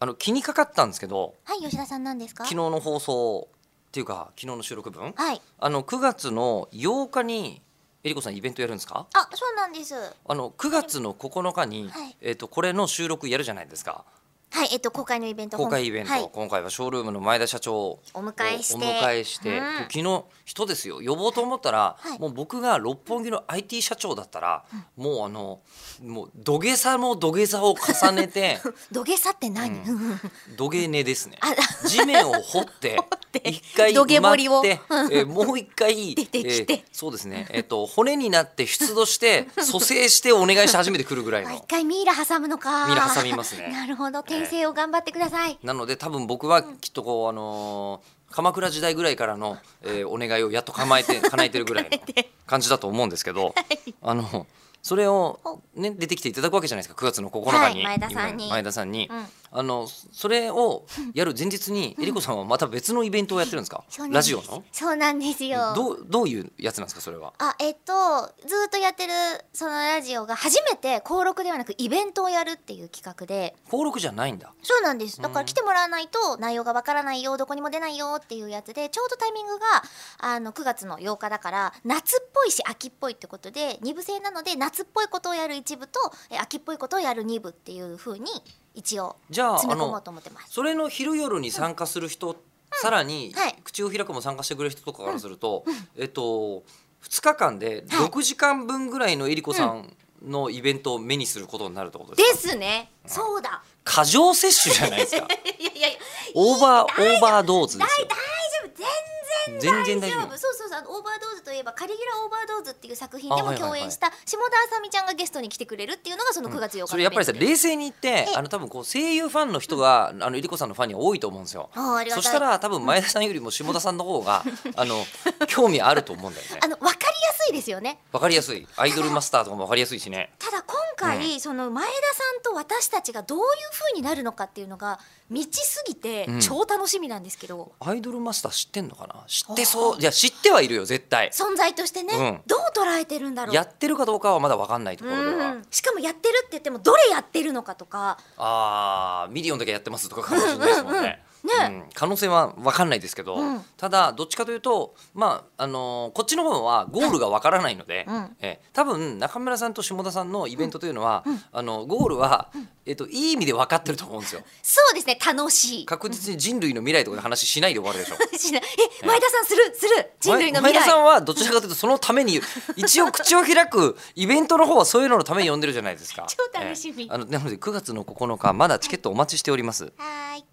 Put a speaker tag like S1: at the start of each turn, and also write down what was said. S1: あの気にかかったんですけど
S2: はい、吉田さんなんですか
S1: 昨日の放送っていうか昨日の収録分
S2: はい。
S1: あの9月の8日にえりこさんイベントやるんですか
S2: あ、そうなんです。は
S1: あの9月の9日に、
S2: はい
S1: えっとこれの収録やるじゃないですか
S2: い、えっと、公開のイベント。
S1: 公開イベント、
S2: はい。
S1: 今回はショールームの前田社長を
S2: お迎えして
S1: お迎えして
S2: うん
S1: 昨日人ですよ呼ぼうと思ったら、
S2: はい
S1: もう僕が六本木の IT 社長だったら、もうあのもう土下座も土下座を重ね て
S2: 土下座って何、
S1: 土下寝ですね
S2: あ
S1: 地面を掘 って
S2: て
S1: 一回
S2: 土下掘り
S1: 埋ま
S2: を
S1: って、えーもう一 回
S2: 出てきて
S1: えーそうですね、えっと骨になって出土して蘇生してお願いし始めてくるぐらい
S2: あ
S1: の
S2: 一。回ミイラ挟むのか。
S1: ミイラ挟みますね
S2: なるほど、転生を頑張ってください。
S1: なので多分僕はきっとこう、あのー鎌倉時代ぐらいからの、えーお願いをやっと構 えて叶えてるぐらいの感じだと思うんですけど、あのそれを、ね、出てきていただくわけじゃないですか9月の9日に、
S2: はい前田さんに
S1: 今前田さんに、
S2: うん
S1: あのそれをやる前日にえりこさんはまた別のイベントをやってるんですか
S2: そうなん
S1: ラ
S2: です
S1: ジオの
S2: そうなんですよ。
S1: どうどういうやつなんですかそれは
S2: あえっとずーっとやってるそのラジオが初めて登録ではなくイベントをやるっていう企画で
S1: 登録じゃないんだ
S2: そうなんですだから来てもらわないと内容がわからないよどこにも出ないよっていうやつでちょうどタイミングがあの9月の8日だから夏っぽいし秋っぽいってことで2部制なので夏っぽいことをやる1部とえ秋っぽいことをやる2部っていうふうに一応
S1: じゃあ
S2: 詰
S1: あ
S2: め込もう
S1: の
S2: と思ってます。
S1: それの昼夜に参加する人、さらに、
S2: はい
S1: 口を開くも参加してくれる人とかからすると、えっと2日間で
S2: はい
S1: 6時間分ぐらいのえりこさんのイベントを目にすることになるってことで
S2: です
S1: か
S2: すねそうだ
S1: 過剰摂取じゃ ないですか
S2: いやいやいや
S1: オーバーオーバードーズで
S2: 大
S1: す
S2: 大
S1: よ
S2: 丈夫全
S1: 全然大丈
S2: 丈
S1: 夫
S2: 夫そうそうそうあのオーバードーズといえば「カリギュラオーバードーズ」っていう作品で
S1: あは
S2: も
S1: いはいは
S2: 共
S1: い
S2: 演した下田あさみちゃんがゲストに来てくれるっていうのがその9月8日の
S1: それやっぱりさ
S2: イベン
S1: 冷静に言って
S2: ええ
S1: あの多分こう声優ファンの人があのえりこさんのファンには多いと思うんですよ
S2: トあーありがた
S1: そ
S2: い
S1: したら多分前田さんよりも下田さんの方があ の興味あると思うんだよね
S2: あの分かりやすいですよね
S1: わかりやすいアイドルマスターとかもわかりやすいしね
S2: ただ今回、その前田さんと私たちがどういう風になるのかっていうのが未知すぎて
S1: うん
S2: 超楽しみなんですけど、
S1: アイドルマスター知ってんのかな知ってそういや知ってはいるよ絶対
S2: 存在としてね、
S1: うん
S2: どう捉えてるんだろう
S1: やってるかどうかはまだ分かんないところでは、
S2: うんしかもやってるって言ってもどれやってるのかとか
S1: あーミリオンだけやってますとかかもしれないですもんね。
S2: うんうんうんね
S1: うん可能性は分かんないですけど、
S2: うん
S1: ただどっちかというと、まああのーこっちの方はゴールが分からないので、
S2: うん
S1: え多分中村さんと下田さんのイベントというのは、あのゴールは、えっといい意味で分かってると思うんですよ。
S2: そうですね楽しい。
S1: 確実に人類の未来とかで話しないで終わるでしょ。
S2: しないえ前田さんするする人類の
S1: 前
S2: 未
S1: 前田
S2: 来
S1: さんはどちらかというとそのために一応口を開くイベントの方はそういうののために呼んでるじゃないですか
S2: 超楽しみ
S1: ええあのなので9月の9日まだチケットお待ちしております
S2: はーい